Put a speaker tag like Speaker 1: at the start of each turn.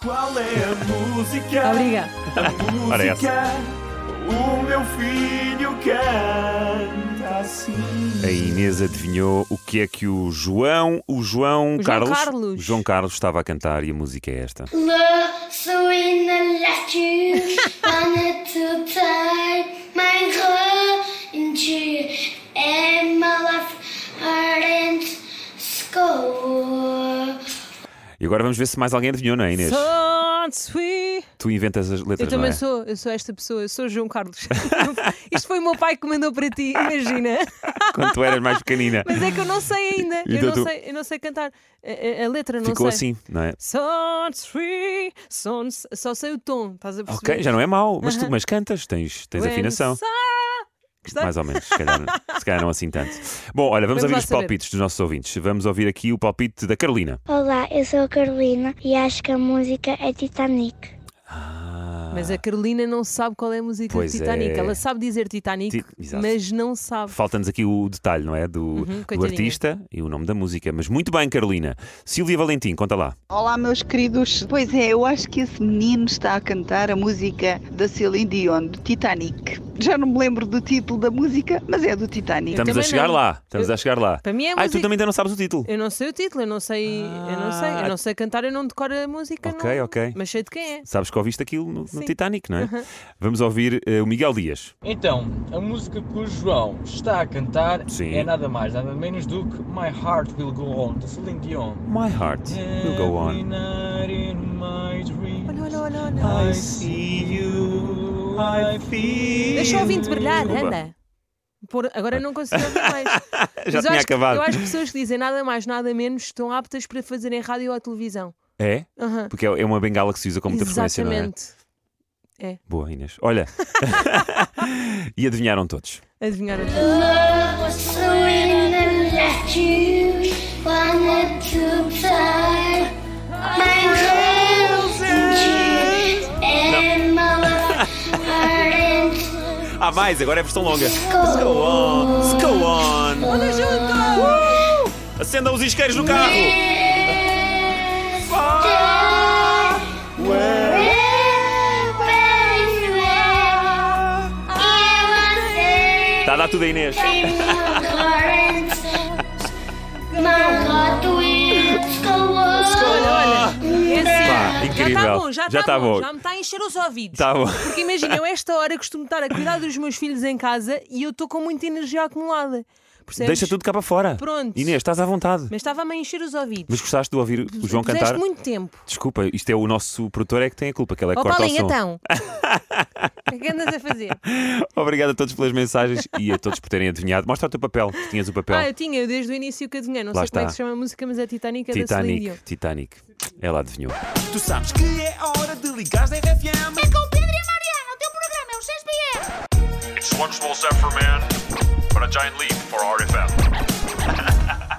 Speaker 1: Qual é a música?
Speaker 2: Obrigada.
Speaker 1: A
Speaker 3: Ora,
Speaker 1: música. o meu filho canta assim.
Speaker 3: A Inês adivinhou o que é que o João, o João,
Speaker 2: O João
Speaker 3: Carlos,
Speaker 2: Carlos.
Speaker 3: o João Carlos estava a cantar e a música é esta.
Speaker 4: Me souris ne laisse on est tout seul my girl into and my life aren't score
Speaker 3: E agora vamos ver se mais alguém adivinhou, não é, Inês?
Speaker 2: Sound sweet.
Speaker 3: Tu inventas as letras,
Speaker 2: Eu também
Speaker 3: não é?
Speaker 2: sou, eu sou esta pessoa, eu sou João Carlos. Isto foi o meu pai que mandou para ti, imagina.
Speaker 3: Quando tu eras mais pequenina.
Speaker 2: Mas é que eu não sei ainda. Eu
Speaker 3: Então
Speaker 2: não
Speaker 3: tu-
Speaker 2: sei, eu não sei cantar eh, a, a- a letra, não
Speaker 3: Ficou
Speaker 2: sei.
Speaker 3: assim, não é?
Speaker 2: Sound sweet, sound- só sei o tom, estás a perceber?
Speaker 3: Ok, já não é mau, mas tu mas cantas, tens, tens
Speaker 2: When
Speaker 3: afinação.
Speaker 2: sun- Gostaste?
Speaker 3: Mais ou menos, se calhar, se calhar não assim tanto. Bom, olha,
Speaker 2: Vamos
Speaker 3: vamos, ouvir
Speaker 2: lá
Speaker 3: os
Speaker 2: saber.
Speaker 3: palpites dos nossos ouvintes. Vamos ouvir aqui o palpite da Carolina.
Speaker 4: Olá, eu sou a Carolina e acho que a música é Titanic.
Speaker 2: Mas a Carolina não sabe qual é a música
Speaker 3: Ah. Pois
Speaker 2: de Titanic.
Speaker 3: é.
Speaker 2: Ela sabe dizer Titanic,
Speaker 3: Ti- Exato.
Speaker 2: mas não sabe.
Speaker 3: Falta-nos aqui o detalhe, não é? Do, do
Speaker 2: Uhum, coitadinha.
Speaker 3: artista e o nome da música. Mas muito bem, Carolina. Silvia Valentim, conta lá.
Speaker 5: Olá, meus queridos. Pois é, eu acho que esse menino está a cantar a música da Celine Dion, do Titanic. Já não me lembro do título da música, mas é do Titanic.
Speaker 3: Estamos a
Speaker 2: também
Speaker 3: chegar
Speaker 2: não.
Speaker 3: lá. Estamos
Speaker 2: Eu-
Speaker 3: a chegar lá.
Speaker 2: Para mim é
Speaker 3: Ah, tu
Speaker 2: música-
Speaker 3: também ainda não sabes o título.
Speaker 2: Eu não sei o título, eu não sei, eu não sei, eu não sei cantar, eu não decoro a música.
Speaker 3: Ok,
Speaker 2: não,
Speaker 3: ok.
Speaker 2: Mas sei de quem é.
Speaker 3: Sabes que ouviste aquilo no, no
Speaker 2: Sim.
Speaker 3: Titanic, não é? Vamos ouvir eh, o Miguel Dias.
Speaker 6: Então, a música que o João está a cantar
Speaker 3: Sim.
Speaker 6: é nada mais, nada menos do que My Heart Will Go On, de Celine Dion.
Speaker 3: My heart will go
Speaker 6: Every
Speaker 3: on.
Speaker 6: night in my dreams,
Speaker 2: Olha, olha, olha, olha.
Speaker 6: I see you, I feel
Speaker 2: Deixa o ouvinte brilhar,
Speaker 3: Desculpa.
Speaker 2: anda. Por- agora não consigo ouvir mais. Mas
Speaker 3: Já
Speaker 2: eu
Speaker 3: tinha
Speaker 2: acho que-
Speaker 3: acabado.
Speaker 2: eu acho que pessoas que dizem nada mais, nada menos estão aptas para fazerem rádio ou televisão.
Speaker 3: É?
Speaker 2: Aham.
Speaker 3: Porque é é uma bengala que se usa com muita frequência, não é?
Speaker 2: Exatamente.
Speaker 3: Boa, Inês. Olha. e adivinharam todos.
Speaker 2: Adivinharam tudo.
Speaker 4: Me souris ne laisse on est tout seul my girl into and my life aren't
Speaker 3: Há mais, agora é a versão longa. Let's go on, let's go on. Acendam os isqueiros do carro. Está a dar tudo a Inês.
Speaker 2: Olha, olha. É assim,
Speaker 3: Pá,
Speaker 2: já está
Speaker 3: Ah, incrível.
Speaker 2: bom, já
Speaker 3: Já
Speaker 2: está
Speaker 3: tá
Speaker 2: bom.
Speaker 3: bom.
Speaker 2: Já me está a encher os ouvidos.
Speaker 3: Está bom.
Speaker 2: Porque imagina, eu esta hora costumo estar a cuidar dos meus filhos em casa e eu estou com muita energia acumulada. Percebes?
Speaker 3: Deixa tudo cá para fora.
Speaker 2: Pronto.
Speaker 3: Inês, estás à vontade.
Speaker 2: Mas estava-me a encher os ouvidos.
Speaker 3: Mas gostaste de ouvir o João
Speaker 2: Puseste
Speaker 3: cantar?
Speaker 2: muito tempo.
Speaker 3: Desculpa, isto é o nosso produtor é que tem a culpa, que ele é que
Speaker 2: Ó
Speaker 3: corta o
Speaker 2: Paulinho,
Speaker 3: som.
Speaker 2: então. O que andas a fazer?
Speaker 3: Obrigado a todos pelas mensagens e a todos por terem adivinhado. Mostra o teu papel, que tinhas o papel.
Speaker 2: Ah, eu tinha, eu desde o início que adivinhei. Não
Speaker 3: Lá
Speaker 2: sei como é
Speaker 3: está.
Speaker 2: que se chama a música, mas é Titanic, é da Celine Dion.
Speaker 3: Titanic, Titanic. Ela adivinhou.
Speaker 1: Tu sabes que é hora de ligares da RFM.
Speaker 7: It's one small step for man, but a giant leap for RFM.